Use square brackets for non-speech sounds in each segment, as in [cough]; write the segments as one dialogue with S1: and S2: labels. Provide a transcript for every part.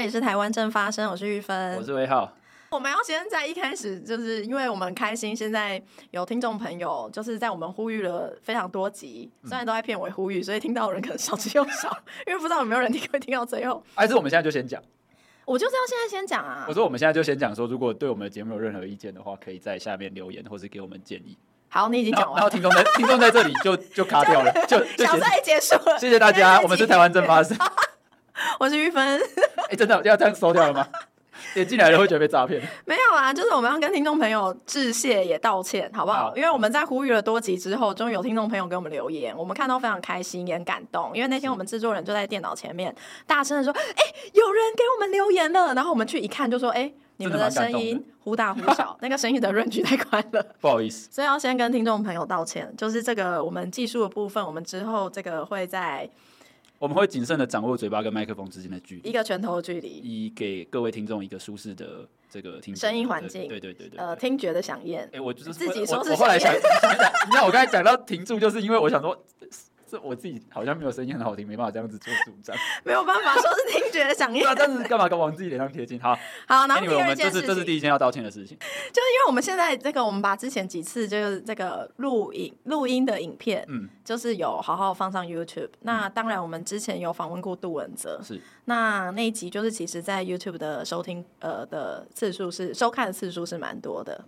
S1: 里是台湾正发生，我是玉芬
S2: 我。是威浩，啊
S1: 我们要先在一开始，就是因为我们开心，现在有听众朋友就是在我们呼吁了非常多集，
S2: 嗯
S1: 虽然都在片尾呼吁，所以听到的人可能少之又少， [laughs] 因为不知道有没有人听会听到最后。
S2: 还是我们现在就先讲。
S1: 我就是要现在先讲啊
S2: 我，说我们现在就先讲说，如果对我们的节目有任何意见的话，可以在下面留言或是给我们建议。
S1: 好，你已经
S2: 然
S1: 讲
S2: 后然
S1: 完了，
S2: 后听众在听众在这里就就卡掉了，就就
S1: 小
S2: 结
S1: 赛结束了，
S2: 谢谢大
S1: 现在 [laughs]
S2: 家，
S1: 集
S2: 我们是台湾正发生。
S1: 我是玉芬。
S2: 哎，真的要这样收掉了吗？点进来了会 [laughs] 觉得被诈骗。
S1: 没有啦，就是我们要跟听众朋友致谢也道歉，好不好？
S2: 好
S1: 因为我们在呼吁了多集之后，终于有听众朋友给我们留言，我们看到非常开心也很感动。因为那天我们制作人就在电脑前面大声的说：“哎、有人给我们留言了。”然后我们去一看，就说：“哎、你们
S2: 真的蛮
S1: 声
S2: 感动的
S1: 音忽大忽小，那个声音的润局太宽了。”
S2: 不好意思，
S1: 所以要先跟听众朋友道歉，就是这个我们技术的部分，我们之后这个会在
S2: 我们会谨慎的掌握嘴巴跟麦克风之间的距
S1: 一
S2: 离，
S1: 个拳头的距离，
S2: 以给各位听众一个舒适的这个听觉
S1: 声音环
S2: 对
S1: 境
S2: 对对对对。
S1: 呃，
S2: 对
S1: 听觉的响应。
S2: 哎，我就是
S1: 自己说
S2: 我
S1: 是
S2: 我后来
S1: 想
S2: 想，
S1: [laughs]
S2: 你知道我刚才讲到停住，就是因为我想说，这我自己好像没有声音很好听，没办法这样子做主张。 [laughs]
S1: 没有办法说是听觉的响应
S2: 对。啊，但是干嘛往自己脸上贴金？好
S1: 好，然后第
S2: ，Anyway，我
S1: 二
S2: 们
S1: 件 [laughs] 事
S2: 这是这
S1: 情
S2: 是。第一件要道歉的事情。
S1: 就是因为我们现在这个，我们把之前几次就是这个录影录音的影片，
S2: 嗯，
S1: 就是有好好放上 YouTube。那当然，我们之前有访问过杜文泽，
S2: 是
S1: 那那一集就是其实在 YouTube 的收听呃的次数是收看的次数是蛮多的。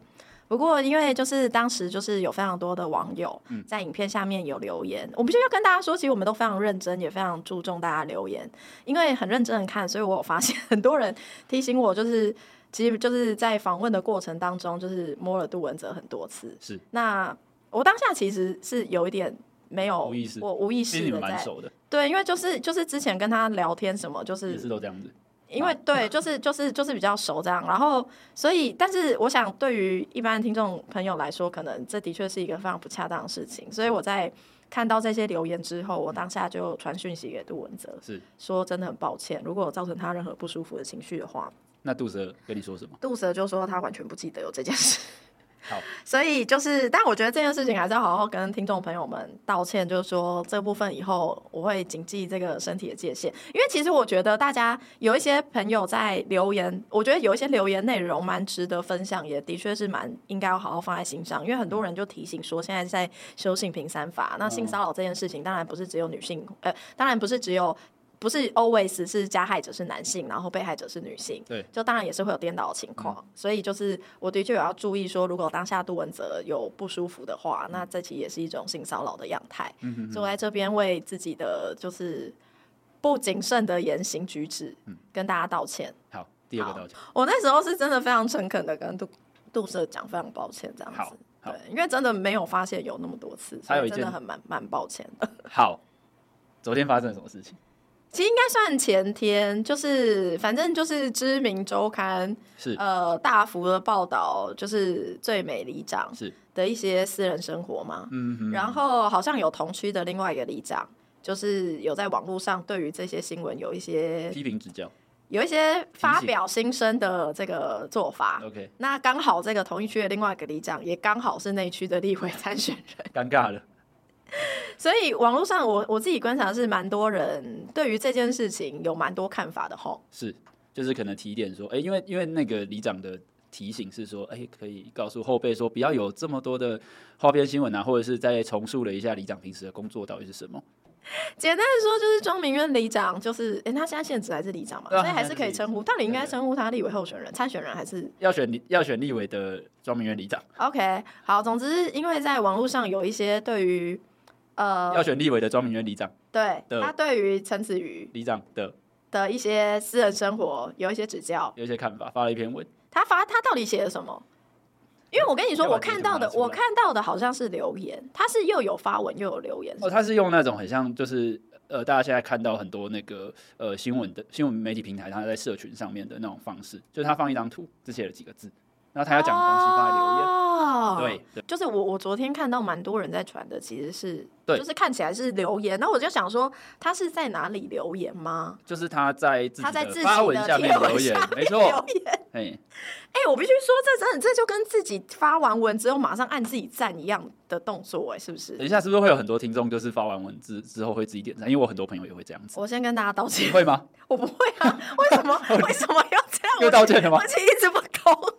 S1: 不过，因为就是当时就是有非常多的网友
S2: 嗯
S1: 在影片下面有留言，我必须要跟大家说，其实我们都非常认真，也非常注重大家留言，因为很认真的看，所以我有发现 [laughs] 很多人提醒我，就是其实就是在访问的过程当中，就是摸了杜文泽很多次。
S2: 是，
S1: 那我当下其实是有一点没有
S2: 无意识
S1: 我无意
S2: 其实
S1: 识
S2: 你
S1: 的
S2: 们
S1: 在
S2: 蛮熟的，
S1: 对，因为就是就是之前跟他聊天什么，就
S2: 也
S1: 是
S2: 是都这样子。
S1: 因为对，就是就是就是比较熟这样，然后所以，但是我想对于一般听众朋友来说，可能这的确是一个非常不恰当的事情，所以我在看到这些留言之后，我当下就传讯息给杜文泽，
S2: 是，
S1: 说真的很抱歉，如果有造成他任何不舒服的情绪的话，
S2: 那杜蛇跟你说什么？
S1: 杜蛇就说他完全不记得有这件事。
S2: 好，
S1: [laughs] 所以就是，但我觉得这件事情还是要好好跟听众朋友们道歉，就是说这部分以后我会谨记这个身体的界限，因为其实我觉得大家有一些朋友在留言，我觉得有一些留言内容蛮值得分享，也的确是蛮应该要好好放在心上，因为很多人就提醒说现在在修性平三法，那性骚扰这件事情当然不是只有女性，呃，当然不是只有。不是 always 是加害者是男性，然后被害者是女性，
S2: 对，
S1: 就当然也是会有颠倒的情
S2: 嗯
S1: 况，所以就是我的确有要注意说，如果当下杜文泽有不舒服的话，那这其实也是一种性骚扰的样态，
S2: 嗯哼
S1: 所以我在这边为自己的就是不谨慎的言行举止、跟大家道歉。
S2: 好，第二个
S1: 好
S2: 道歉。
S1: 我那时候是真的非常诚恳的跟杜杜社长非常抱歉这样
S2: 好
S1: 子，
S2: 好
S1: 对，因为真的没有发现有那么多次，所
S2: 还有
S1: 以
S2: 一
S1: 真的
S2: 件
S1: 很蛮蛮抱歉的。
S2: 好，昨天发生了什么事情？
S1: 其实应该算前天，就是反正就是知名周刊
S2: 是
S1: 呃大幅的报道，就是最美里长
S2: 是，
S1: 的一些私人生活嘛。
S2: 嗯哼，
S1: 然后好像有同区的另外一个里长，就是有在网络上对于这些新闻有一些
S2: 批评指教。
S1: 有一些发
S2: 提醒嗯
S1: 表心声的这个做法。
S2: OK，
S1: [laughs] 那刚好这个同一区的另外一个里长也刚好是那一区的立委参选人。
S2: 尴尬了。
S1: 所以网络上我我自己观察是蛮多人对于这件事情有蛮多看法的吼。
S2: 是，就是可能提点说，哎、因为因为那个里长的提醒是说，哎、可以告诉后辈说，不要有这么多的花边新闻啊，或者是再重述了一下里长平时的工作到底是什么。
S1: 简单的说，就是庄明渊里长，就是诶，他现在现职还是里长嘛，
S2: 对啊
S1: 所以还是可以称呼。到底应该
S2: 对对
S1: 称呼他立委候选人、参选人啊还是
S2: 要选立要选立委的庄明源里长，
S1: OK？好，总之，因为在网络上有一些对于
S2: 要
S1: 呃，
S2: 选立委的庄明源里长，
S1: 对
S2: 的
S1: 他对于陈子瑜
S2: 里长的
S1: 的一些私人生活有一些指教，
S2: 有一些看法，发了一篇文。
S1: 他发他到底写了什么？因为我跟你说，
S2: 要不
S1: 我
S2: 然
S1: 看
S2: 就
S1: 到的
S2: 拿出来
S1: 我看到的好像是留言，他是又有发文又有留言，
S2: 哦，他是用那种很像就是呃，大家现在看到很多那个呃新闻的新闻媒体平台，他在社群上面的那种方式，就是他放一张图，只写了几个字，然后他要讲的东西放在留言。
S1: 哦，
S2: 对对，
S1: 就是我我昨天看到蛮多人在传的，其实是
S2: 对
S1: 就是看起来是留言，那我就想说他是在哪里留言吗？
S2: 就是他在自
S1: 他
S2: 己
S1: 在自
S2: 的
S1: 己
S2: 发文
S1: 的
S2: 下
S1: 贴
S2: 面
S1: 文
S2: 留言
S1: 下，
S2: 没
S1: 面
S2: 错
S1: 留，言。
S2: 哎，
S1: 哎、我必须说，这真的这就跟自己发完文之后马上按自己赞一样的动作、哎，是不
S2: 等
S1: 是？
S2: 一下是不是会有很多听众就是发完文字之后会自己点赞？因为我很多朋友也会这样子，
S1: 我先跟大家道歉
S2: 你，会吗？
S1: 我不会啊，为什么为什么要这样？
S2: 又
S1: 我
S2: 道歉了吗
S1: 而且一直不懂，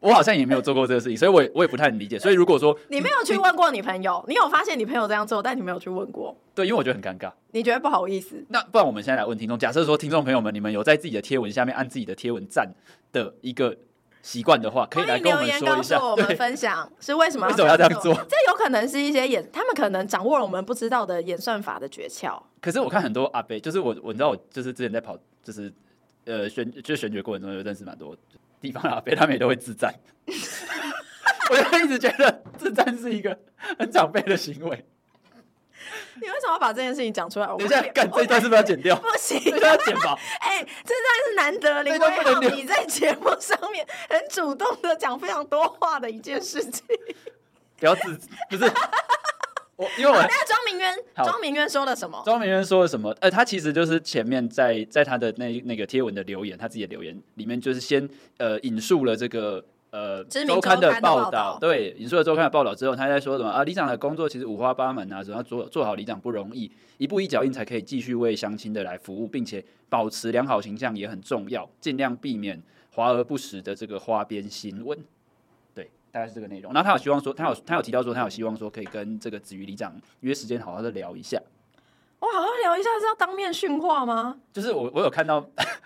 S2: 我好像也没有做过这个事情，所以我也我也不太能理解。所以如果说
S1: 你没有去问过你朋友，你有发现你朋友这样做，但你没有去问过，
S2: 对，因为我觉得很尴尬。
S1: 你觉得不好意思？
S2: 那不然我们现在来问听众，假设说听众朋友们，你们有在自己的贴文下面按自己的贴文赞的一个习惯的话，可以
S1: 欢
S2: 来
S1: 迎
S2: 跟我
S1: 留
S2: 们
S1: 言
S2: 说
S1: 告
S2: 一
S1: 诉
S2: 下。
S1: 我们
S2: 对，
S1: 分享 [laughs] 是为什么
S2: 为什么要这样
S1: 做？
S2: 做
S1: 这有可能是一些演，他们可能掌握了我们不知道的演算法的诀窍。
S2: 可是我看很多阿伯，就是我我你知道我就是之前在跑，就是呃选就是选举过程中有认识蛮多地方的阿伯，他们也都会自赞。 [laughs] 我就一直觉得自赞是一个 [laughs] 很长辈的行为。
S1: [laughs] 你为什么要把这件事情讲出来？我
S2: 等一下，
S1: 会
S2: 干
S1: 我
S2: 这一段是不是要剪掉？
S1: 不 [laughs] 行，
S2: 这一段要剪吧？
S1: 哎、这算是难得林
S2: 这段不
S1: 威
S2: 能
S1: 浩
S2: 留
S1: 你在节目上面很主动的讲非常多话的一件事 [laughs] 情。
S2: 不要自不是我，因为我
S1: 那庄明渊，
S2: 好
S1: 庄明渊说了什么？
S2: 庄明渊说了什么？呃，他其实就是前面在在他的那那个贴文的留言，他自己的留言里面，就是先呃引述了这个呃
S1: 知名
S2: 刊
S1: 周
S2: 的
S1: 刊的
S2: 报
S1: 报道
S2: 对，引述了周刊的报道之后，他在说什么啊？里长的工作其实五花八门啊，主要做做好里长不容易，一步一脚印才可以继续为乡亲的来服务，并且保持良好形象也很重要，尽量避免华而不实的这个花边新闻。对，大概是这个内容。然后他有希望说，他有他有提到说，他有希望说可以跟这个子瑜里长约时间好好的聊一下。
S1: 我好好聊一下，是要当面训话吗？
S2: 就是我我有看到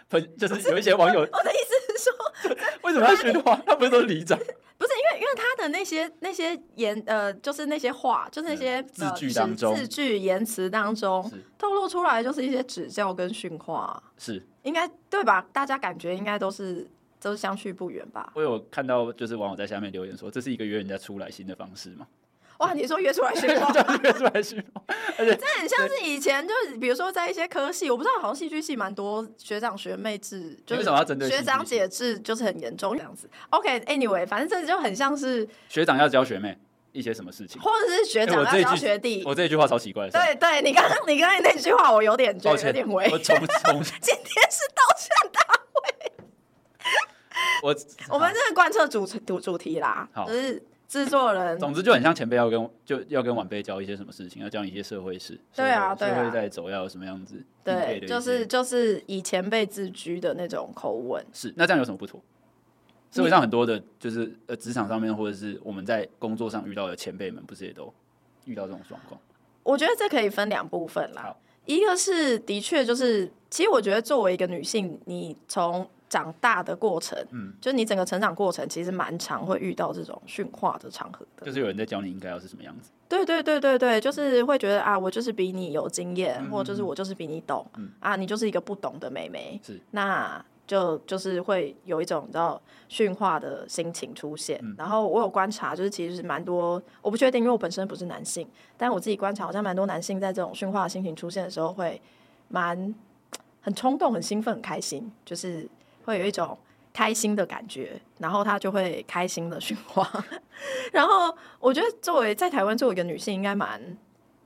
S2: 分，就是有一些网友
S1: 我的意思是说，
S2: 为什么要训话？他不是都是里长？
S1: 不是因为因为他的那些那些言呃，就是那些话，就是那些、
S2: 嗯字
S1: 呃
S2: 句当中
S1: 字句言辞当中
S2: 是
S1: 透露出来，就是一些指教跟训话，
S2: 是
S1: 应该对吧？大家感觉应该都是都是相去不远
S2: [laughs]
S1: 吧？
S2: 我有看到，就是网友在下面留言说，这是一个约人家出来新的方式嘛？
S1: [laughs] 哇，你说约出来训
S2: [laughs]
S1: 话，
S2: 就是约出来训话，
S1: 这很像是以前就是，比如说在一些科系，我不知道，好像戏剧系蛮多学长学妹制，就
S2: 为
S1: 是
S2: 什么要针对戏剧
S1: 学
S2: 系
S1: 长姐制，就是很严重这样子。OK，anyway，、反正这就很像是，
S2: 学长要教学妹一些什么事情？
S1: 或者是学
S2: 哎
S1: 长
S2: 我这
S1: 要
S2: 一
S1: 教
S2: 句
S1: 学弟。
S2: 我这一句话超奇怪的，
S1: 对对，你刚刚你刚才那句话，我有点觉得
S2: 抱
S1: 有
S2: 歉，
S1: 点违
S2: 我。
S1: [laughs]
S2: 重重，
S1: 今天是道歉，
S2: 我
S1: [laughs] 我们这个贯彻主主主题啦，
S2: 好
S1: 就是制作人。
S2: 总之就很像前辈要跟就要跟晚辈教一些什么事情，要教你一些社会事，
S1: 对啊
S2: 社会
S1: 对啊
S2: 社会在走要有什么样子，必
S1: 对
S2: 备的，一些
S1: 就是就是以前辈自居的那种口吻，
S2: 是，那这样有什么不妥？社会上很多的，就是呃，职场上面或者是我们在工作上遇到的前辈们，不是也都遇到这种状况？
S1: 我觉得这可以分两部分啦
S2: 好。
S1: 一个是的确就是，其实我觉得作为一个女性，你从长大的过程，
S2: 嗯
S1: 嗯，就你整个成长过程，其实蛮常会遇到这种训话的场合的。
S2: 就是有人在教你应该要是什么样子，
S1: 对对对对对，就是会觉得啊，我就是比你有经验，
S2: 嗯
S1: 或就是我就是比你懂，
S2: 嗯
S1: 啊，你就是一个不懂的妹妹，
S2: 是
S1: 那。就就是会有一种你知道驯化的心情出现，
S2: 嗯
S1: 然后我有观察，就是其实蛮多，我不确定，因为我本身不是男性，但我自己观察，好像蛮多男性在这种驯化的心情出现的时候，会蛮很冲动、很兴奋、很开心，就是会有一种开心的感觉，然后他就会开心的驯化。 [laughs] 然后我觉得作为在台湾作为一个女性，应该蛮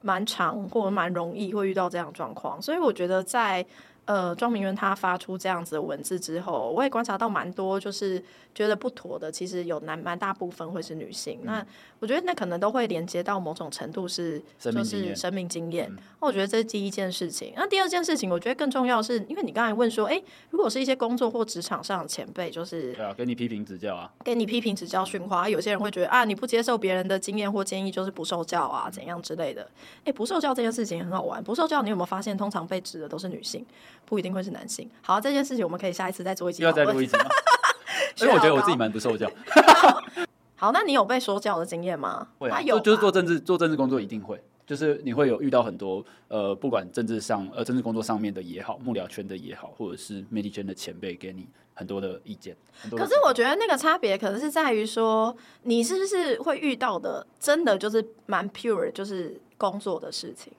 S1: 蛮长或者蛮容易会遇到这样的状况，所以我觉得在。呃，庄明渊他发出这样子的文字之后，我也观察到蛮多，就是觉得不妥的，其实有蛮蛮大部分会是女性。那我觉得那可能都会连接到某种程度是，
S2: 生
S1: 就
S2: 命经
S1: 是
S2: 验
S1: 生命经
S2: 嗯
S1: 验。那我觉得这是第一件事情。那第二件事情，我觉得更重要的是，因为你刚才问说，诶，如果是一些工作或职场上的前辈，就是
S2: 对啊，给你批评指教啊，
S1: 给你批评、指教、训话，有些人会觉得啊，你不接受别人的经验或建议，就是不受教
S2: 嗯
S1: 啊，怎样之类的。诶，不受教这件事情很好玩。不受教，你有没有发现，通常被指的都是女性，不一定会是男性。好，这件事情我们可以下一次再做一集
S2: 又要
S1: 讨
S2: 再
S1: 论。
S2: 录一
S1: [laughs]
S2: 集吗？
S1: 学
S2: 因为我觉得
S1: 好
S2: 我
S1: 高
S2: 自己蛮不受教，
S1: 好，那你有被说教的经验吗？
S2: 会啊，
S1: 他有
S2: 就就是
S1: 吧
S2: 做政治做政治工作一定会，就是你会有遇到很多呃，不管政治上呃政治工作上面的也好，幕僚圈的也好，或者是媒体圈的前辈给你很多的意见，很多的
S1: 可是我觉得那个差别可能是在于说，你是不是会遇到的真的就是蛮 pure，就是工作的事情。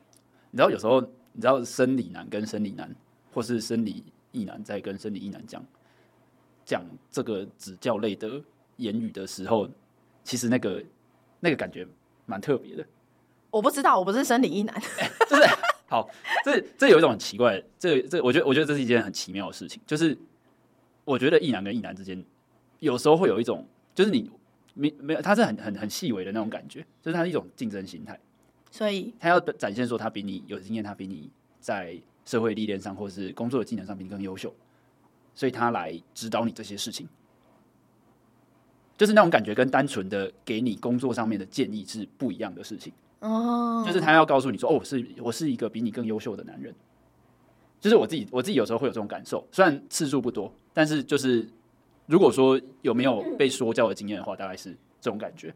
S2: 你知道有时候你知道生理男跟生理男，或是生理异男在跟生理异男讲讲这个指教类的言语的时候，其实那个那个感觉蛮特别的。 [laughs]
S1: 我不知道，我不是生理一男，
S2: 好，这这有一种很奇怪的，这这我觉得我觉得这是一件很奇妙的事情，就是我觉得异男跟异男之间有时候会有一种，就是你没没有，他是很很很细微的那种感觉，就是他是一种竞争心态，
S1: 所以
S2: 他要展现说他比你有经验，他比你在社会历练上或是工作的技能上比你更优秀，所以他来指导你这些事情，就是那种感觉跟单纯的给你工作上面的建议是不一样的事情。
S1: 哦，
S2: 就是他要告诉你说，哦，我是我是一个比你更优秀的男人。就是我自己，我自己有时候会有这种感受，虽然次数不多，但是就是如果说有没有被说教的经验的话，大概是这种感觉。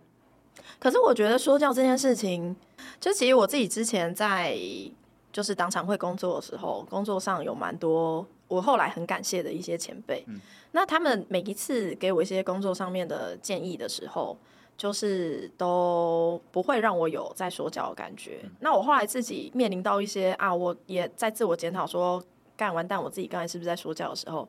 S1: 可是我觉得说教这件事情，就其实我自己之前在就是党产会工作的时候，工作上有蛮多我后来很感谢的一些前辈。那他们每一次给我一些工作上面的建议的时候，就是都不会让我有在说教的感觉。那我后来自己面临到一些啊，我也在自我检讨说，干完蛋，我自己刚才是不是在说教的时候，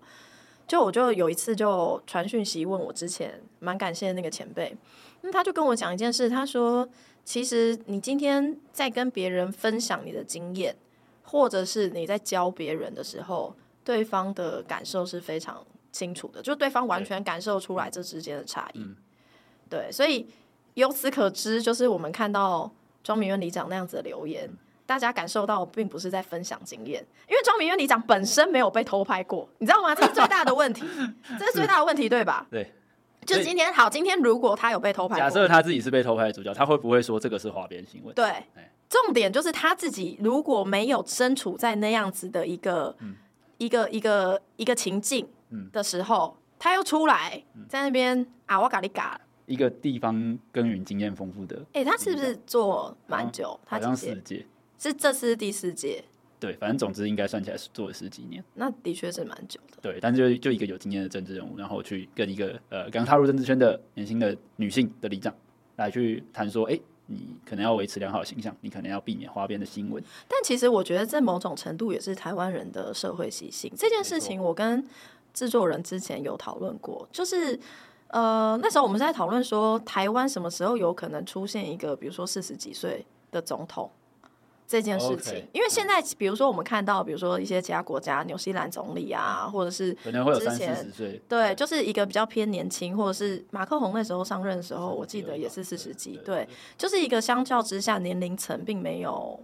S1: 就我就有一次就传讯息问我之前蛮感谢的那个前辈，那他就跟我讲一件事，他说，其实你今天在跟别人分享你的经验，或者是你在教别人的时候，对方的感受是非常清楚的，就对方完全感受出来这之间的差
S2: 嗯
S1: 异。对，所以由此可知，就是我们看到庄明渊里长那样子的留言。
S2: 嗯
S1: 大家感受到并不是在分享经验，因为庄明渊里长本身没有被偷拍过，你知道吗？这是最大的问题，这是最大的问题，对吧？
S2: 对，
S1: 就
S2: 所以
S1: 今天好，今天如果他有被偷拍过，
S2: 假设他自己是被偷拍的主角，他会不会说这个是花边新闻？
S1: 对
S2: 哎，
S1: 重点就是他自己如果没有身处在那样子的一个、一个一个一个情境
S2: 嗯
S1: 的时候，他又出来在那边、啊，我咖喱嘎，
S2: 一个地方耕耘经验丰富的，
S1: 哎、他是不是做蛮久？
S2: 哦
S1: 他
S2: 好像
S1: 几届
S2: 世？界
S1: 是这是第四届，
S2: 对，反正总之应该算起来是做了十几年。
S1: 那的确是蛮久的。
S2: 对，但是就就一个有经验的政治人物，然后去跟一个呃刚踏入政治圈的年轻的女性的里长来去谈说，哎、你可能要维持良好的形象，你可能要避免花边的新闻。
S1: 但其实我觉得在某种程度也是台湾人的社会习性。这件事情我跟制作人之前有讨论过，就是。呃，那时候我们是在讨论说，台湾什么时候有可能出现一个，比如说四十几岁的总统这件事情
S2: OK，
S1: 因为现在比如说我们看到，比如说一些其他国家，纽西兰总理啊，或者是
S2: 可能会有
S1: 之
S2: 三四
S1: 前
S2: 十岁，
S1: 对，就是一个比较偏年轻，或者是马克宏那时候上任的时候，我记得也是四十几，对，就是一个相较之下年龄层并没有，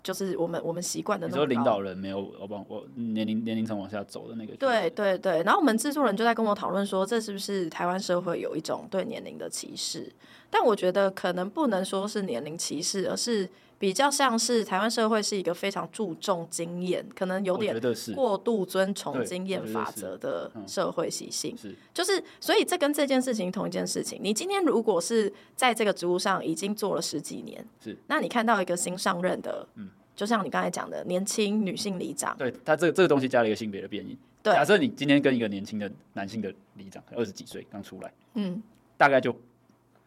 S1: 就是我们我们习惯的
S2: 嗯你
S1: 那
S2: 说
S1: 种
S2: 领导人没有我往我年龄年龄层往下走的那个，
S1: 对，对对，然后我们制作人就在跟我讨论说，这是不是台湾社会有一种对年龄的歧视？但我觉得可能不能说是年龄歧视，而是比较像是台湾社会是一个非常注重经验，可能有
S2: 我觉
S1: 点
S2: 得是
S1: 过度遵从
S2: 对
S1: 经
S2: 我
S1: 验
S2: 觉得
S1: 法
S2: 是
S1: 则的
S2: 嗯
S1: 社会习性。
S2: 是
S1: 就是，所以这跟这件事情同一件事情。你今天如果是在这个职务上已经做了十几年，
S2: 是，嗯
S1: 那你看到一个新上任的，就像你刚才讲的，年轻女性里长，
S2: 对他这这个东西加了一个性别的变因。
S1: 对
S2: 假设你今天跟一个年轻的男性的里长，二十几岁刚出来，
S1: 嗯，
S2: 大概就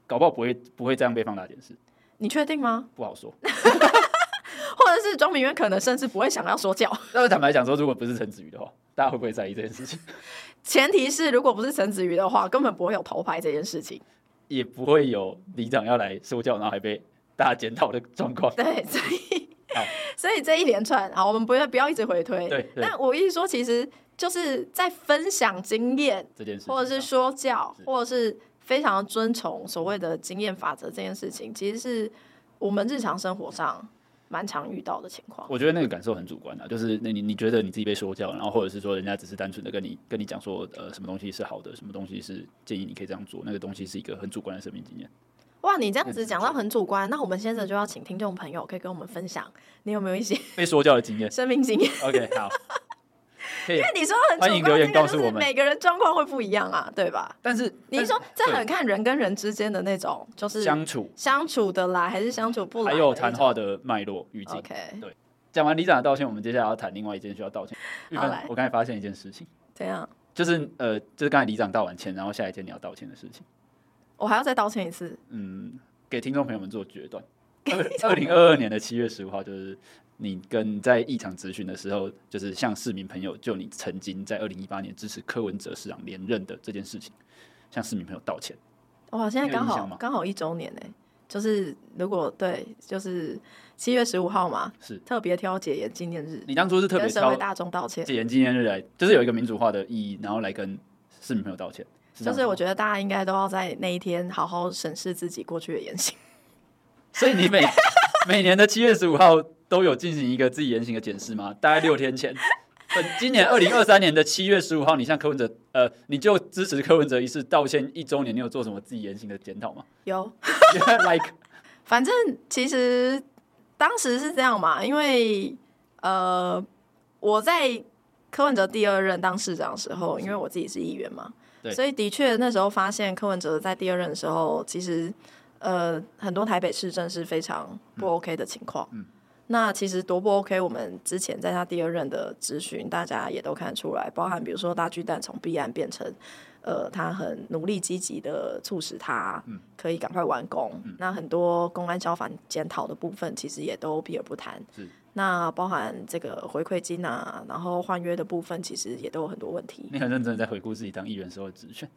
S2: 搞不好不会不会这样被放大检视，
S1: 你确定吗？ [laughs]
S2: 不好说。 [laughs]
S1: 或者是庄明渊可能甚至不会想要说教，
S2: 那么坦白讲说，如果不是陈子瑜的话，大家会不会在意这件事情？
S1: 前提是如果不是陈子瑜的话，根本不会有头牌这件事情。
S2: 也不会有里长要来受教，然后还被大家检讨的状况。
S1: 对，所以
S2: 好
S1: 所以这一连串，好，我们不要不要一直回推。
S2: 对对
S1: 但我一说，其实就是在分享经验，
S2: 这件事情上，
S1: 或者是说教
S2: 是，
S1: 或者是非常遵从所谓的经验法则这件事情，其实是我们日常生活上蛮常遇到的情况。
S2: 我觉得那个感受很主观啊，就是那你你觉得你自己被说教，然后或者是说人家只是单纯的跟你跟你讲说，呃，什么东西是好的，什么东西是建议你可以这样做，那个东西是一个很主观的生命经验。
S1: 哇，你这
S2: 嗯
S1: 样子讲到很主观，那我们现在就要请听众朋友可以跟我们分享，你有没有一
S2: [laughs]
S1: 些。
S2: 被说教的经验
S1: 生命经验？ [laughs]
S2: OK，好，可以
S1: 因。为你说很主观，
S2: 欢迎留言告诉我们
S1: 这个就是每个人状况会不一样啊，对吧？
S2: 但是
S1: 你是说这很看人跟人之间的那种，就是
S2: 对相处，
S1: 相处的啦，还是相处不来
S2: 还
S1: 的那
S2: 有
S1: 种？
S2: 谈话的脉络语境。
S1: OK，
S2: 讲完里长的道歉，我们接下来要谈另外一件需要道歉。玉
S1: 好
S2: 芬
S1: 来，
S2: 我刚才发现一件事情，
S1: 怎样？
S2: 就是呃，就是刚才里长道完歉，然后下一件你要道歉的事情。
S1: 我还要再道歉一次。
S2: 嗯，给听众朋友们做决断。二零二二年的七月十五号，就是你跟在异场咨询的时候，就是向市民朋友就你曾经在二零一八年支持柯文哲市长连任的这件事情，向市民朋友道歉。
S1: 哇，现在
S2: 你有
S1: 刚
S2: 印象吗
S1: 好刚好一周年呢、就是如果对，就是七月十五号嘛，
S2: 是
S1: 特别挑解严纪念日，
S2: 你当初是特别
S1: 跟社
S2: 挑
S1: 会大众道歉。
S2: 戒严纪念日来，就是有一个民主化的意义，然后来跟市民朋友道歉。这
S1: 就
S2: 样
S1: 是
S2: 吗
S1: 我觉得大家应该都要在那一天好好审视自己过去的言行。
S2: 所以你每每年的七月十五号都有进行一个自己言行的检视吗？大概六天前。本今年二零二三年的七月十五号，你向柯文哲，呃，你就支持柯文哲一事道歉一周年，你有做什么自己言行的检讨吗 [laughs]
S1: 有，
S2: ？Like
S1: 反正其实当时是这样嘛，因为呃，我在柯文哲第二任当市长的时候，因为我自己是议员嘛
S2: 对，
S1: 所以的确那时候发现柯文哲在第二任的时候，其实呃很多台北市政是非常不 OK 的情况。
S2: 嗯
S1: 那其实多不 OK，我们之前在他第二任的咨询，大家也都看得出来，包含比如说大巨蛋从避案变成，呃，他很努力积极的促使他
S2: 嗯
S1: 可以赶快完工。那很多公安消防检讨的部分，其实也都避而不谈
S2: 是。
S1: 那包含这个回馈金啊，然后换约的部分，其实也都有很多问题。
S2: 你很认真的在回顾自己当议员时候的职权。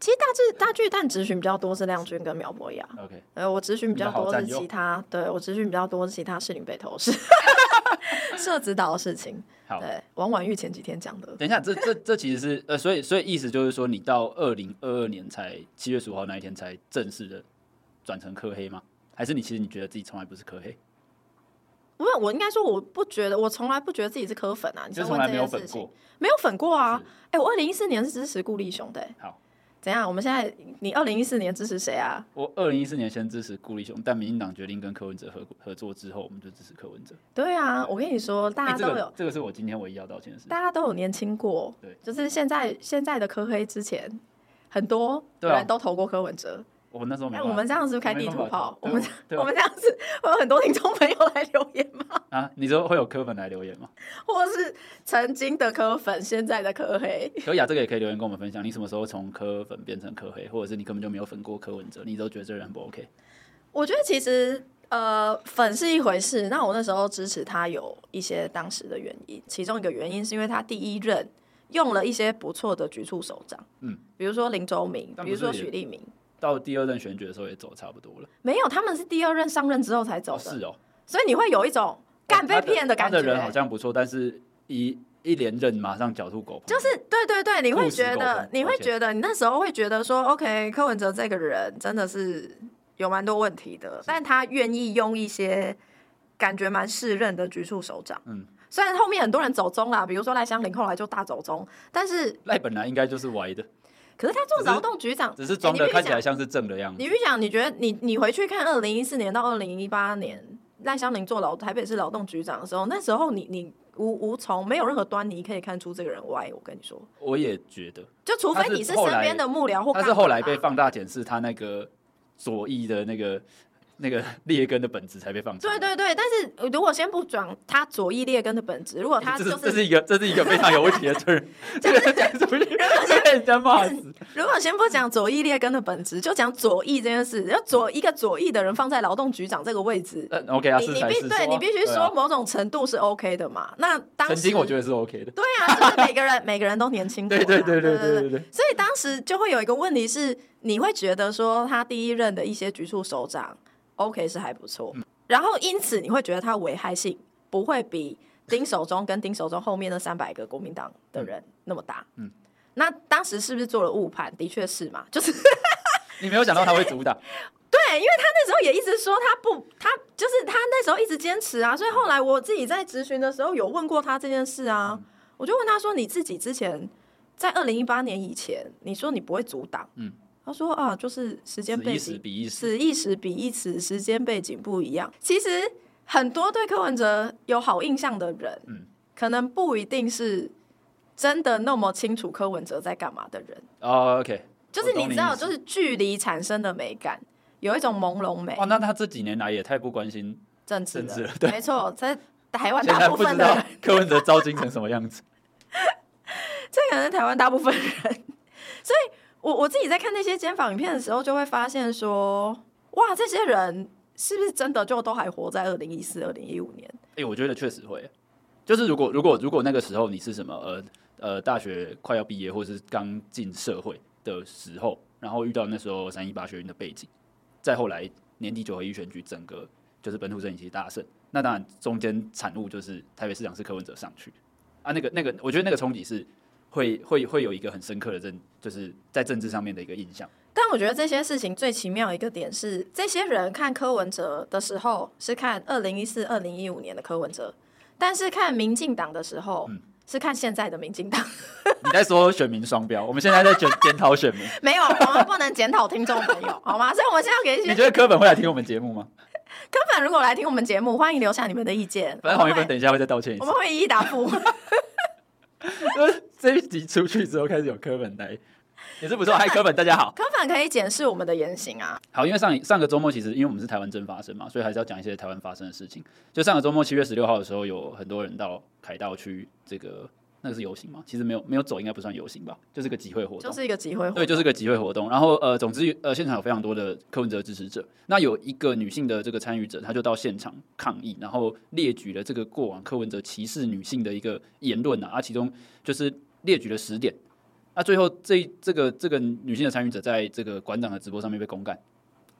S1: 其实大致大巨蛋咨询比较多是亮君跟苗博雅，
S2: OK，
S1: 呃，我咨询比较
S2: 你的好
S1: 多是
S2: 战友
S1: 其他，对我咨询比较多是其他士林北投市 [laughs] 社指导的事情。
S2: 好
S1: 对，王婉玉前几天讲的，
S2: 等一下，这这这其实是呃，所以所以意思就是说，你到二零二二年才七月十五号那一天才正式的转成科黑吗？还是你其实你觉得自己从来不是科黑，
S1: 因为我应该说我不觉得，我从来不觉得自己是科粉啊，你
S2: 就
S1: 在
S2: 从
S1: 问
S2: 来
S1: 这
S2: 没有
S1: 件
S2: 粉
S1: 事情，
S2: 过？
S1: 没有粉过啊
S2: 是。
S1: 哎、我二零一四年是支持顾立雄的、欸，
S2: 好，
S1: 怎样？我们现在你二零一四年支持谁啊？
S2: 我二零一四年先支持顾立雄，但民进党决定跟柯文哲合合作之后，我们就支持柯文哲。
S1: 对啊，我跟你说，大
S2: 哎
S1: 家
S2: 这
S1: 都有，
S2: 个这个是我今天唯一要道歉的事。
S1: 大家都有年轻过，
S2: 对
S1: 就是现在现在的科黑之前，很多
S2: 对啊
S1: 人都投过柯文哲。
S2: 我那时候没
S1: 哎、
S2: 办法。
S1: 我们这样是不是开
S2: 我没
S1: 地
S2: 办
S1: 图
S2: 法
S1: 炮？
S2: 对
S1: 我们
S2: 对啊
S1: 我
S2: 吧
S1: 们这样子 [laughs] 会有很多听众朋友来留言吗？ [laughs]
S2: 啊，你说会有柯粉来留言吗？
S1: 或是曾经的科粉，现在的科黑？
S2: 可以啊，这个也可以留言跟我们分享。你什么时候从柯粉变成柯黑，或者是你根本就没有粉过柯文哲，你都觉得这人不 OK？
S1: 我觉得其实呃，粉是一回事。那我那时候支持他有一些当时的原因，其中一个原因是因为他第一任用了一些不错的局处首长，
S2: 嗯，
S1: 比如说林周明，
S2: 但
S1: 比
S2: 不
S1: 如说
S2: 是也
S1: 许立明，
S2: 到第二任选举的时候也走差不多了。
S1: 没有，他们是第二任上任之后才走
S2: 哦，
S1: 的，
S2: 是哦，
S1: 所以你会有一种干被骗
S2: 的
S1: 感
S2: 他
S1: 觉。欸
S2: 的人好像不错，但是一一连任马上狡兔狗烹。
S1: 就是对对对，你
S2: 务
S1: 会
S2: 实
S1: 觉
S2: 沟
S1: 得
S2: 通，
S1: 你
S2: 抱
S1: 会
S2: 歉
S1: 觉得，你那时候会觉得说，OK，柯文哲这个人真的是有蛮多问题的，但他愿意用一些感觉蛮适任的局处首长。
S2: 嗯，
S1: 虽然后面很多人走中啦，比如说赖香林后来就大走中，但是
S2: 赖本来应该就是歪的，
S1: 可是他做
S2: 只是
S1: 劳动局长，
S2: 只是
S1: 哎
S2: 装
S1: 你
S2: 的
S1: 必须
S2: 看起
S1: 讲
S2: 来像是正的样子。
S1: 你预想，你觉得你你回去看二零一四年到二零一八年赖香林做劳台北市劳动局长的时候，那时候你你无无从没有任何端倪可以看出这个人歪，我跟你说，
S2: 我也觉得。
S1: 就除非你是身边的幕僚或
S2: 他
S1: 干
S2: 是
S1: 嘛
S2: 后来被
S1: 啦
S2: 放大检视他那个左翼的那个那个 [laughs] 劣根的本质才被放出来。
S1: 对对对，但是如果先不讲他左翼劣根的本质，如果他
S2: 这
S1: 就是是
S2: 这是一个这是一个非常有问题
S1: [laughs]
S2: 的 term，这个讲出去 [laughs] 被人家骂死。
S1: 如果先不讲左翼劣根的本质，就讲左翼这件事，
S2: 啊
S1: 要左一个左翼的人放在劳动局长这个位置，
S2: 嗯，OK 啊，
S1: 你
S2: 是
S1: 你
S2: 才
S1: 必
S2: 是
S1: 对你必须
S2: 对啊
S1: 说某种程度是 OK 的嘛。那当时
S2: 曾经我觉得是 OK 的，
S1: 对啊，就是每个人每个人都年轻过
S2: 对
S1: 啦，
S2: 对对
S1: 对
S2: 对对对对，
S1: 所以当时就会有一个问题是，你会觉得说他第一任的一些局处首长 OK 是还不错，
S2: 嗯
S1: 然后因此你会觉得他危害性不会比丁守中跟丁守中后面那三百个国民党的人那么大。
S2: 嗯
S1: 那当时是不是做了误判？的确是嘛，就是
S2: 你没有想到他会主
S1: [laughs]
S2: 打，
S1: 对，因为他那时候也一直说他不，他就是他那时候一直坚持啊，所以后来我自己在咨询的时候有问过他这件事啊，我就问他说：“你自己之前在二零一八年以前，你说你不会阻挡，
S2: 嗯
S1: 嗯，他说啊，就是时间
S2: 此
S1: 背
S2: 一时
S1: 景，
S2: 彼一时，
S1: 此一时彼一时，时间背景不一样。其实很多对柯文哲有好印象的人，
S2: 嗯
S1: 可能不一定是真的那么清楚柯文哲在干嘛的人，
S2: 哦 OK，
S1: 就是
S2: 我懂
S1: 你知道，
S2: 意思
S1: 就是距离产生的美感。”有一种朦胧美
S2: 哇，，那他这几年来也太不关心，
S1: 政治
S2: 政治 [laughs]
S1: 的，
S2: 了对
S1: 没错，在台湾
S2: 现
S1: 大
S2: 在
S1: 部
S2: 不
S1: 分
S2: 知
S1: 的
S2: 道
S1: 人， [laughs]
S2: 柯文哲糟心成什么样子。
S1: 这可能是台湾大部分人。所以我我自己在看那些监访影片的时候，就会发现说，哇，这些人是不是真的就都还活在二零一四、二零一五年？
S2: 哎、我觉得确实会，就是如果如果如果那个时候你是什么呃呃大学快要毕业或是刚进社会的时候，然后遇到那时候三一八学运的背景，再后来年底九合一选举，整个就是本土阵营其实大胜。那当然中间产物就是台北市长是柯文哲上去啊，那个那个，我觉得那个冲击是会会会有一个很深刻的政，就是在政治上面的一个印象。
S1: 但我觉得这些事情最奇妙一个点是，这些人看柯文哲的时候是看二零一四、二零一五年的柯文哲，但是看民进党的时候、
S2: 嗯
S1: 是看现在的民进党。
S2: 你在说选民双标，我们现在在检检讨选民。
S1: [laughs] 没有，我们不能检讨听众朋友，好吗？所以我们现在要给一
S2: 你
S1: 些
S2: 觉得柯粉会来听我们节目吗？
S1: 根本如果来听我们节目，欢迎留下你们的意见。
S2: 反正黄一
S1: 我
S2: 芬
S1: 们会
S2: 等一下会再道歉一
S1: 我
S2: 次
S1: 们。会一一答复。
S2: [laughs] 这一集出去之后开始有柯粉来，也是不错。嗨，柯粉，大家好。
S1: 柯粉可以检视我们的言行啊，
S2: 啊好，因为上一上个周末其实因为我们是台湾真发生嘛，所以还是要讲一些台湾发生的事情。就上个周末七月十六号的时候，有很多人到凯道去这个那个是游行嘛，其实没有没有走，应该不算游行吧，就是个集会活
S1: 就
S2: 动。
S1: 是一个集会活
S2: 对，就是个集会活动。然后呃，总之呃，现场有非常多呃的柯文哲支持者。那有一个女性的这个参与者，她就到现场抗议，然后列举了这个过往柯文哲歧视女性的一个言论啊，啊，其中就是列举了十点。啊那、最后这这个呃这个女性的参与者在这个馆长的直播上面被公干，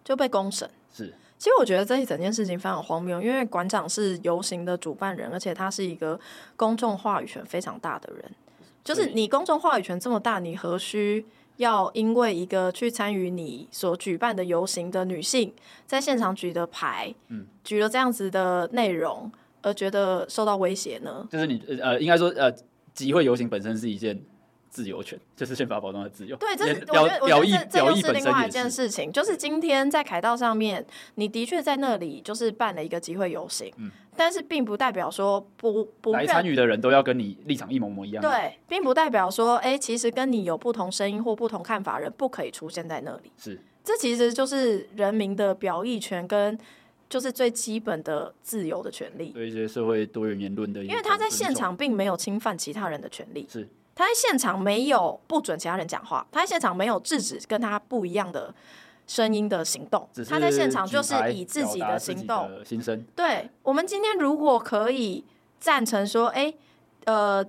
S1: 就被公审。
S2: 是
S1: 其实我觉得这一整件事情非常荒谬，因为馆长是游行的主办人，而且他是一个公众话语权非常大的人。就是
S2: 所以
S1: 你公众话语权这么大，你何须要因为一个去参与你所举办的游行的女性在现场举的牌，
S2: 嗯
S1: 举了这样子的内容，而觉得受到威胁呢？
S2: 就是你呃呃，应该说呃，集会游行本身是一件自由权，就是宪法保障的自由。
S1: 对，这是
S2: 连
S1: 我觉得，
S2: 表
S1: 我觉
S2: 表意
S1: 得这这
S2: 表
S1: 又
S2: 意
S1: 是
S2: 本
S1: 另
S2: 身
S1: 外
S2: 也
S1: 一件
S2: 是。
S1: 事情，就是今天在凯道上面，你的确在那里就是办了一个集会游行，
S2: 嗯
S1: 但是并不代表说不不
S2: 来参
S1: 认。
S2: 与的啊人都要跟你立场一模模一样的，
S1: 对，并不代表说，哎、其实跟你有不同声音或不同看法的人不可以出现在那里。
S2: 是
S1: 这其实就是人民的表意权跟就是最基本的自由的权利，
S2: 对一些社会多元言论的一个
S1: 因为他在
S2: 尊重
S1: 现场并没有侵犯其他人的权利。
S2: 是
S1: 他在现场没有不准其他人讲话，他在现场没有制止跟他不一样的声音的行动
S2: 只，是
S1: 他在现场就是
S2: 举牌
S1: 以自己
S2: 表达
S1: 的
S2: 自己
S1: 行动。
S2: 的心声，
S1: 对我们今天如果可以赞成说，哎、呃，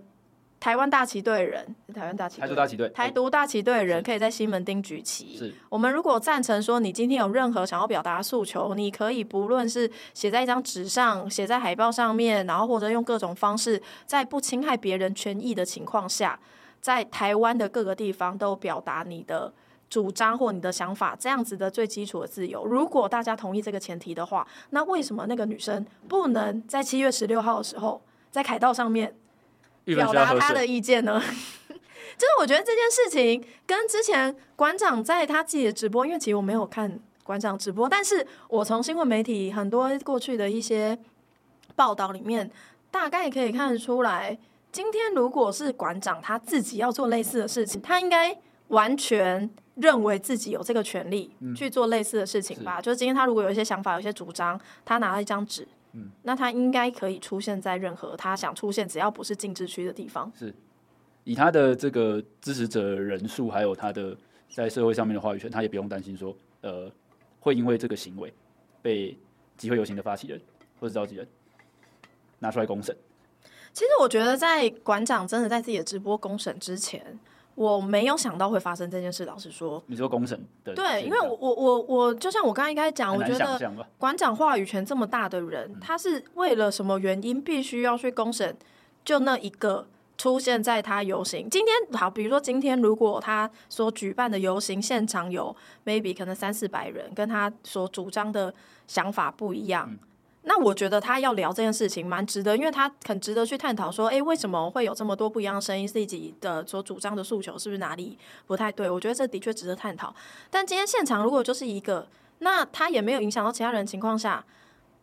S1: 台湾大旗队人，台湾大旗
S2: 台
S1: 队
S2: 独
S1: 人，
S2: 大旗队，
S1: 台独大旗队人
S2: 是
S1: 可以在西门町举旗，
S2: 是
S1: 我们如果赞成说你今天有任何想要表达的诉求，你可以不论是写在一张纸上、写在海报上面，然后或者用各种方式，在不侵害别人权益的情况下，在台湾的各个地方都表达你的主张或你的想法，这样子的最基础的自由。如果大家同意这个前提的话，那为什么那个女生不能在七月十六号的时候在凯道上面
S2: 玉芬
S1: 表
S2: 需要
S1: 达
S2: 喝
S1: 他的
S2: 水，
S1: 意见呢？ [laughs] 就是我觉得这件事情跟之前馆长在他自己的直播，因为其实我没有看馆长直播，但是我从新闻媒体很多过去的一些报道里面，大概可以看得出来，今天如果是馆长他自己要做类似的事情，他应该完全认为自己有这个权利
S2: 嗯
S1: 去做类似的事情吧。就是今天他如果有一些想法、有一些主张，他拿了一张纸，
S2: 嗯
S1: 那他应该可以出现在任何他想出现，只要不是禁制区的地方。
S2: 以他的这个支持者人数，还有他的在社会上面的话语权，他也不用担心说，呃，会因为这个行为被集会游行的发起人或者召集人拿出来公审，
S1: 其实我觉得，在馆长真的在自己的直播公审之前，我没有想到会发生这件事。老实说，
S2: 你说公审的现象，
S1: 对，因为我我我我，就像我刚才一开始讲，
S2: 很
S1: 我
S2: 难
S1: 觉
S2: 想
S1: 得
S2: 象吧，
S1: 馆长话语权这么大的人，他是为了什么原因必须要去公审？就那一个出现在他游行。今天好，比如说今天如果他所举办的游行现场有 maybe 可能三四百人，跟他所主张的想法不一样。那我觉得他要聊这件事情蛮值得，因为他很值得去探讨说，诶，为什么会有这么多不一样的声音？自己的所主张的诉求是不是哪里不太对？我觉得这的确值得探讨。但今天现场如果就是一个，那他也没有影响到其他人的情况下，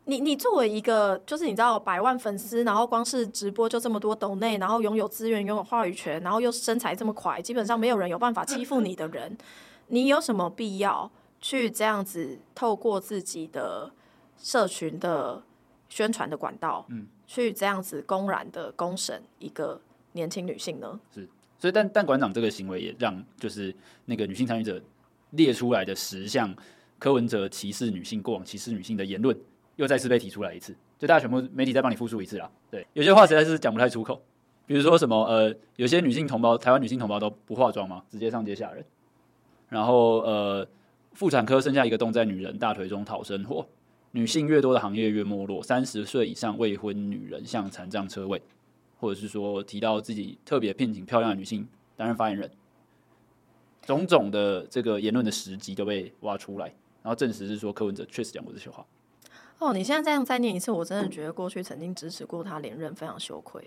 S1: 你你作为一个就是你知道百万粉丝，然后光是直播就这么多抖内，然后拥有资源、拥有话语权，然后又身材这么快，基本上没有人有办法欺负你的人，你有什么必要去这样子透过自己的社群的宣传的管道，嗯，去这样子公然的公审一个年轻女性呢？
S2: 所以但但馆长这个行为也让就是那个女性参与者列出来的十项柯文哲歧视女性、过往歧视女性的言论，又再次被提出来一次。就大家全部媒体再帮你复述一次啦。对，有些话实在是讲不太出口，比如说什么呃，有些女性同胞，台湾女性同胞都不化妆吗？直接上街吓人。然后呃，妇产科剩下一个洞在女人大腿中讨生活，女性越多的行业越没落，三十岁以上未婚女人像残障车位，或者是说提到自己特别聘请漂亮的女性担任发言人，种种的这个言论的时机都被挖出来，然后证实是说柯文哲确实讲过这些话。
S1: 哦，你现在这样再念一次，我真的觉得过去曾经支持过他连任非常羞愧，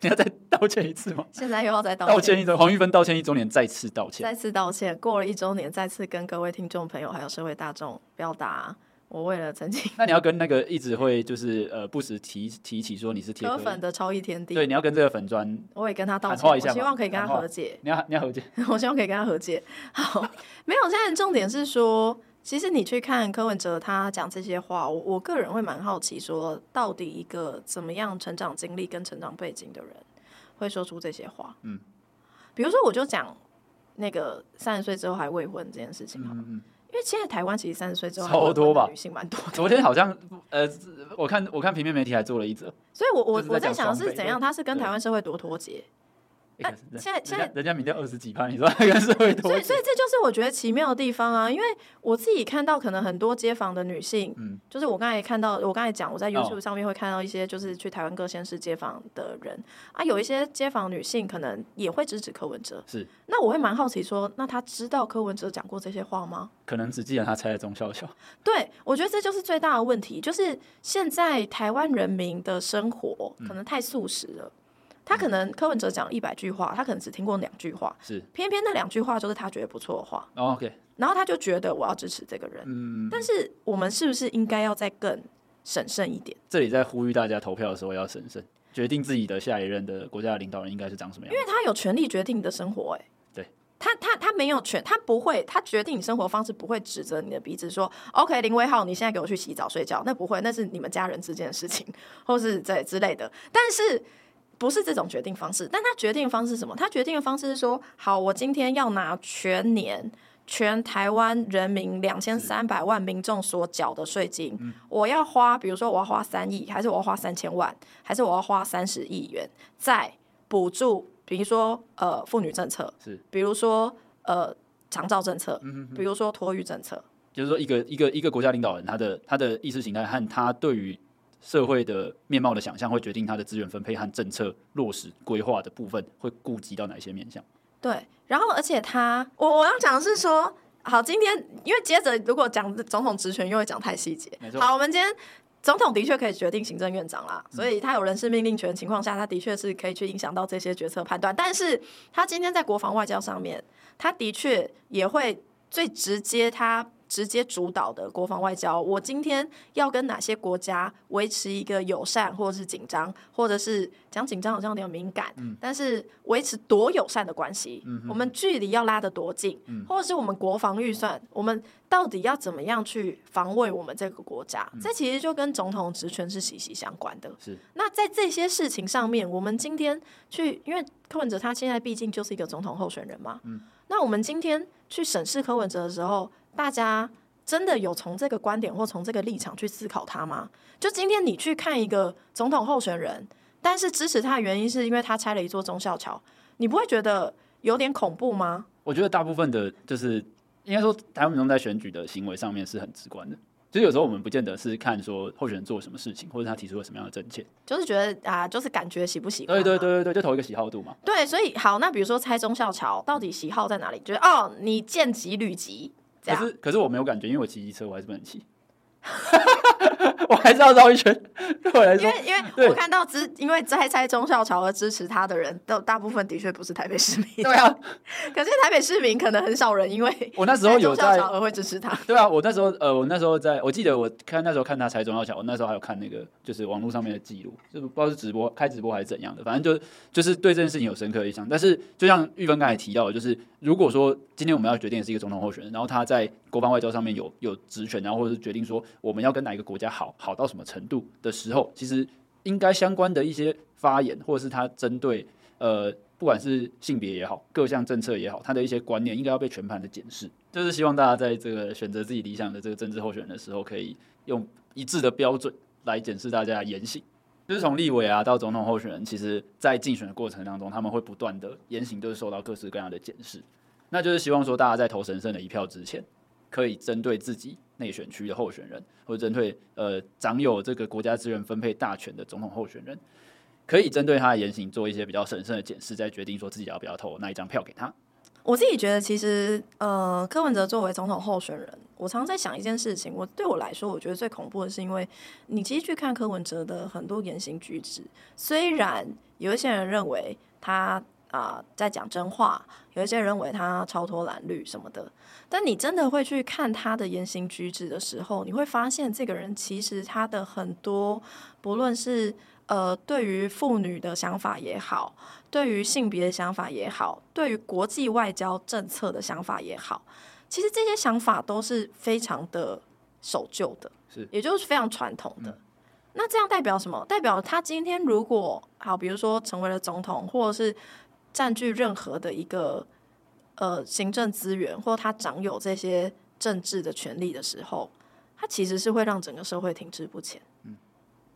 S2: 你要再道歉一次吗？
S1: 现在又要再 [laughs] 道
S2: 道歉一周，黄玉芬道歉一周年再次道歉。
S1: 再次道歉。过了一周年，再次跟各位听众朋友还有社会大众表达，我为了曾经
S2: 那你要跟那个一直会就是呃不时提提起说你是铁
S1: 科粉的超一天地，
S2: 对，你要跟这个粉砖，
S1: 我也跟他道
S2: 喊
S1: 歉，
S2: 话
S1: 我
S2: 一下
S1: 希
S2: 嘛
S1: 望可以跟他
S2: 喊话
S1: 和解，
S2: 你要你要和解，
S1: [laughs] 我希望可以跟他和解。好，没有，现在的重点是说。其实你去看柯文哲他讲这些话，我我个人会蛮好奇，说到底一个怎么样成长经历跟成长背景的人会说出这些话？
S2: 嗯，
S1: 比如说我就讲那个三十岁之后还未婚这件事情好了
S2: 嗯嗯。
S1: 因为现在台湾其实三十岁之后还
S2: 超
S1: 未婚的
S2: 多吧
S1: 女性蛮多的，
S2: 昨天好像呃，我看我看平面媒体还做了一则，
S1: 所以我我
S2: 就是在
S1: 我
S2: 讲
S1: 在想
S2: 双
S1: 是
S2: 倍
S1: 怎样，
S2: 对
S1: 他是跟
S2: 对
S1: 台湾社会多脱节，哎
S2: 哎可是人
S1: 现在
S2: 人
S1: 现
S2: 家
S1: 在
S2: 人家民调二十几趴，你说 [laughs] 那个社会多
S1: 所以所以这就是我觉得奇妙的地方啊，因为我自己看到可能很多街访的女性，
S2: 嗯
S1: 就是我刚才看到，我刚才讲我在
S2: 哦
S1: YouTube 上面会看到一些就是去台湾各县市街访的人啊，有一些街访女性可能也会支持柯文哲，
S2: 是
S1: 那我会蛮好奇说，那她知道柯文哲讲过这些话吗？
S2: 可能只记得他猜的中笑笑，
S1: 对，我觉得这就是最大的问题，就是现在台湾人民的生活
S2: 嗯
S1: 可能太速食了。他可能柯文哲讲一百句话，他可能只听过两句话，
S2: 是
S1: 偏偏那两句话就是他觉得不错的话，
S2: 哦 OK，
S1: 然后他就觉得我要支持这个人。
S2: 嗯，
S1: 但是我们是不是应该要再更审慎一点？
S2: 这里在呼吁大家投票的时候要审慎，决定自己的下一任的国家的领导人应该是长什么样
S1: 因。为他有权利决定你的生活、欸，哎，
S2: 对。
S1: 他他他没有权，他不会，他决定你生活方式不会指责你的鼻子说，OK，林威浩，你现在给我去洗澡睡觉，那不会，那是你们家人之间的事情，或是这之类的。但是不是这种决定方式？但他决定的方式是什么？他决定的方式是说，好，我今天要拿全年。全台湾人民两千三百万民众所缴的税金，我要花，比如说我要花三亿，还是我要花三千万，还是我要花三十亿元，在补助，比如说呃妇女政策，
S2: 是，
S1: 比如说呃长照政策，
S2: 嗯
S1: 比如说托育政策，
S2: 就是说一个一个一个国家领导人，他的他的意识形态和他对于社会的面貌的想象，会决定他的资源分配和政策落实规划的部分会顾及到哪些面向。
S1: 对。然后而且他，我我要讲的是说，好，今天因为接着如果讲总统职权，又会讲太细节
S2: 没。错嗯
S1: 好，我们今天。总统的确可以决定行政院长啦，所以他有人事命令权的情况下，他的确是可以去影响到这些决策判断。但是他今天在国防外交上面，他的确也会最直接，他直接主导的国防外交。我今天要跟哪些国家维持一个友善，或者是紧张，或者是讲紧张好像有点敏感，但是维持多友善的关系，我们距离要拉得多近，或者是我们国防预算，我们到底要怎么样去防卫我们这个国家？这其实就跟总统职权是息息相关的。
S2: 是，
S1: 那在这些事情上面，我们今天去，因为柯文哲他现在毕竟就是一个总统候选人嘛，嗯，那我们今天去审视柯文哲的时候，大家真的有从这个观点或从这个立场去思考他吗？就今天你去看一个总统候选人，但是支持他的原因是因为他拆了一座中校桥，你不会觉得有点恐怖吗？
S2: 我觉得大部分的，就是应该说，台湾民众在选举的行为上面是很直观的。就是有时候我们不见得是看说候选人做什么事情，或者他提出了什么样的政见。
S1: 就是觉得啊，就是感觉喜不喜欢嘛？
S2: 对对对对对，就投一个喜好度嘛。
S1: 对，所以好，那比如说拆中校桥，到底喜好在哪里？觉得哦，你见级履级这
S2: 可
S1: 样。
S2: 是可是我没有感觉，因为我骑机车我还是不能骑， [laughs] 我还是要绕一圈。对我来
S1: 因
S2: 说，
S1: 为因为
S2: 对
S1: 我看到支因为在在中校桥而支持他的人，都大部分的确不是台北市民。
S2: 对啊，
S1: 可是台北市民可能很少人因为
S2: 我那时候有
S1: 中校
S2: 在
S1: 桥而会支持他。
S2: [laughs] 对啊，我那时候呃，我那时候在我记得我看那时候看他拆中药桥，我那时候还有看那个就是网络上面的记录，就是不知道是直播开直播还是怎样的，反正就就是对这件事情有深刻的印象。但是就像玉芬刚才提到的，就是如果说今天我们要决定的是一个总统候选人，然后他在国防外交上面有有职权，然后或者是决定说我们要跟哪一个国家好好到什么程度的时候，其实应该相关的一些发言，或者是他针对呃，不管是性别也好，各项政策也好，他的一些观念应该要被全盘的检视。就是希望大家在这个选择自己理想的这个政治候选人的时候，可以用一致的标准来检视大家的言行。就是从立委啊到总统候选人，其实在竞选的过程当中，他们会不断的言行都是受到各式各样的检视。那就是希望说大家在投神圣的一票之前，可以针对自己内选区的候选人，或者针对呃掌有这个国家资源分配大权的总统候选人，可以针对他的言行做一些比较审慎的检视，再决定说自己要不要投那一张票给他。
S1: 我自己觉得，其实呃，柯文哲作为总统候选人，我常常在想一件事情。我对我来说，我觉得最恐怖的是，因为你其实去看柯文哲的很多言行举止，虽然有一些人认为他啊、在讲真话，有一些人认为他超脱蓝绿什么的，但你真的会去看他的言行举止的时候，你会发现这个人其实他的很多，不论是呃对于妇女的想法也好，对于性别的想法也好，对于国际外交政策的想法也好，其实这些想法都是非常的守旧的，
S2: 是，
S1: 也就是非常传统的。那这样代表什么？代表他今天如果好，比如说成为了总统，或者是占据任何的一个呃行政资源，或他掌有这些政治的权利的时候，他其实是会让整个社会停滞不前。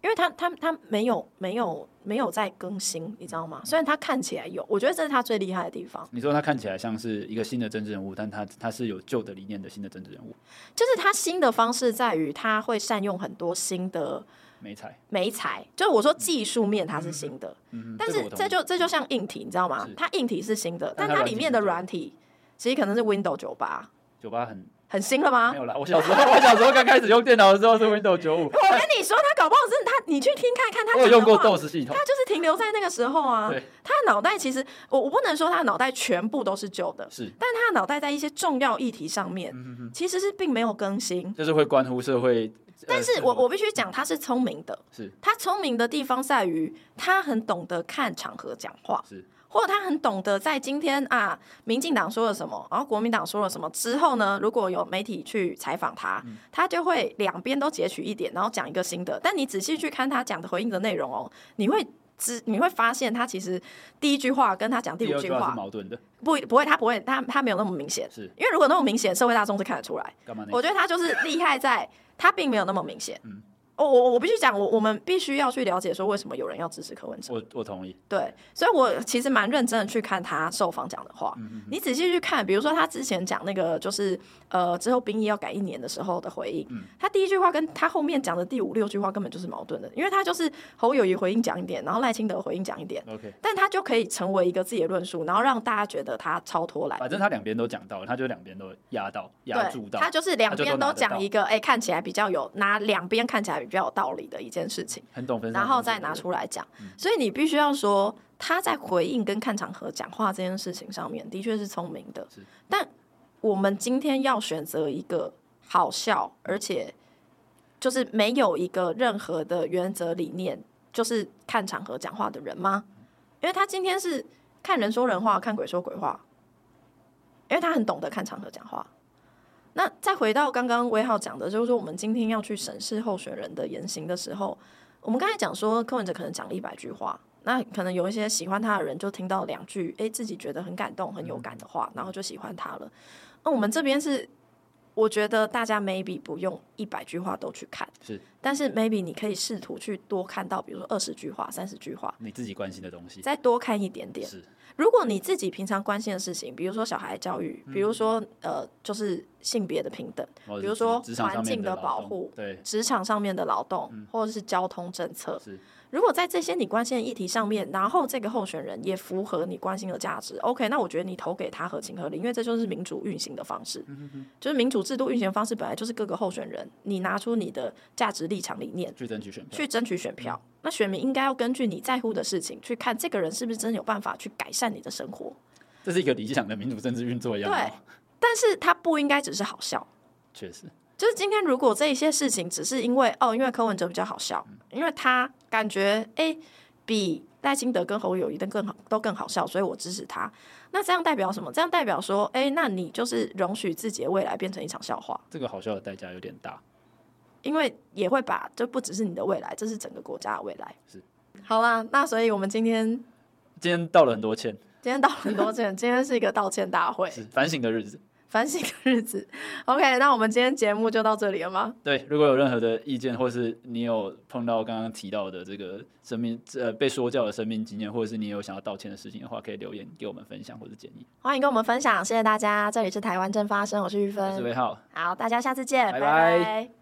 S1: 因为他他他没有没有没有在更新，你知道吗？虽然他看起来有，我觉得这是他最厉害的地方，
S2: 你说他看起来像是一个新的政治人物，但他他是有旧的理念的新的政治人物，
S1: 就是他新的方式在于他会善用很多新的
S2: 没才。
S1: 媒材，就是我说技术面它是新的，
S2: 嗯，
S1: 但
S2: 这个
S1: 是
S2: 我同
S1: 这
S2: 意
S1: 就这就像硬体，你知道吗
S2: 是？
S1: 它硬体是新的，
S2: 但
S1: 但
S2: 它
S1: 它
S2: 软
S1: 里
S2: 体
S1: 面
S2: 是
S1: 的
S2: 旧的
S1: 软体其实可能是 Windows 九八，
S2: 酒吧很
S1: 很新了吗
S2: 没？有啦。我小时候，我 [laughs] 小时候刚开始用电脑的时候是 Windows 九五，
S1: 我跟你说，他搞不好是他，你去听看看他
S2: 我有
S1: 讲
S2: 用
S1: 的
S2: 过
S1: 话，
S2: DOS 系统
S1: 他。就是停留在那个时候啊
S2: 对。
S1: 他的脑袋其实，我我不能说他的脑袋全部都是旧的，
S2: 是，
S1: 但他的脑袋在一些重要议题上面，其实是并没有更新。
S2: 就是会关乎社会。呃
S1: 但是
S2: 制
S1: 我
S2: 度
S1: 我必须讲，他是聪明的。
S2: 是
S1: 他聪明的地方在于，他很懂得看场合讲话，
S2: 是
S1: 或者他很懂得在今天啊，民进党说了什么，然后国民党说了什么之后呢，如果有媒体去采访他，他就会两边都截取一点，然后讲一个新的。但你仔细去看他讲的回应的内容哦，你会知你会发现，他其实第一句话跟他讲第
S2: 第
S1: 五
S2: 二
S1: 句
S2: 句话是
S1: 话
S2: 矛盾的，
S1: 不不会，他不会，他他没有那么明显。
S2: 是
S1: 因为如果那么明显，社会大众是看得出来。
S2: 干嘛呢？
S1: 我觉得他就是厉害在，他并没有那么明显。嗯，我我我必须讲，我我们必须要去了解说为什么有人要支持柯文哲。
S2: 我我同意，
S1: 对，所以我其实蛮认真的去看他受访讲的
S2: 嗯
S1: 话。你仔细去看，比如说他之前讲那个就是呃之后兵役要改一年的时候的回应，
S2: 嗯
S1: 他第一句话跟他后面讲的第五六句话根本就是矛盾的，因为他就是侯友谊回应讲一点，然后赖清德回应讲一点。
S2: OK，
S1: 但他就可以成为一个自己的论述，然后让大家觉得他超脱来
S2: 反正他两边都讲到了，他就两边都压到压住到
S1: 对，他。就是两边
S2: 他就都拿得
S1: 讲一个，哎、看起来比较有拿两边看起来比较有道理的一件事情，
S2: 很懂分，
S1: 然后再拿。出来讲。
S2: 嗯
S1: 所以你必须要说，他在回应跟看场合讲话这件事情上面，的确是聪明的
S2: 是。
S1: 但我们今天要选择一个好笑，而且就是没有一个任何的原则理念，就是看场合讲话的人吗？因为他今天是看人说人话，看鬼说鬼话，因为他很懂得看场合讲话。那再回到刚刚威浩讲的，就是说我们今天要去审视候选人的言行的时候，我们刚才讲说柯文哲可能讲了一百句话，那可能有一些喜欢他的人就听到两句，诶，自己觉得很感动、很有感的话，然后就喜欢他了。那我们这边是，我觉得大家 maybe 不用一百句话都去看，
S2: 是，
S1: 但是 maybe 你可以试图去多看到，比如说二十句话、三十句话，
S2: 你自己关心的东西
S1: 再多看一点点。
S2: 嗯是
S1: 如果你自己平常关心的事情，比如说小孩教育，比如说呃，就是性别的平等，
S2: 哦或者是
S1: 比如说
S2: 职职场上
S1: 环
S2: 面
S1: 境的
S2: 劳
S1: 保
S2: 动
S1: 护
S2: 对，
S1: 职场上面的劳动，或者是交通政策，
S2: 是
S1: 如果在这些你关心的议题上面，然后这个候选人也符合你关心的价值，OK，那我觉得你投给他合情合理，因为这就是民主运行的方式，就是民主制度运行的方式本来就是各个候选人你拿出你的价值立场理念
S2: 去争取选票。
S1: 去争取选票，那选民应该要根据你在乎的事情去看这个人是不是真的有办法去改善你的生活，
S2: 这是一个理想的民主政治运作样貌。
S1: 对，但是他不应该只是好笑。
S2: 确实
S1: 就是今天，如果这一些事情只是因为哦，因为柯文哲比较好笑，因为他感觉诶比赖清德跟侯友谊都更好，都更好笑，所以我支持他。那这样代表什么？这样代表说，诶，那你就是容许自己的未来变成一场笑话，
S2: 这个好笑的代价有点大。
S1: 因为也会把这不只是你的未来，这是整个国家的未来。
S2: 是，
S1: 好啦，那所以我们今天
S2: 今天道了很多歉，
S1: 今天道了很多歉，今天是一个道歉大会，
S2: 是反省的日子。
S1: 反省的日子。OK，那我们今天节目就到这里了吗？
S2: 对，如果有任何的意见，或是你有碰到刚刚提到的这个生命呃被说教的生命经验，或者是你有想要道歉的事情的话，可以留言给我们分享或者建议。
S1: 欢迎跟我们分享，谢谢大家。这里是台湾正发生，我是玉
S2: 我是
S1: 芬。
S2: 魏浩，
S1: 好，大家下次见，拜
S2: 拜拜
S1: 拜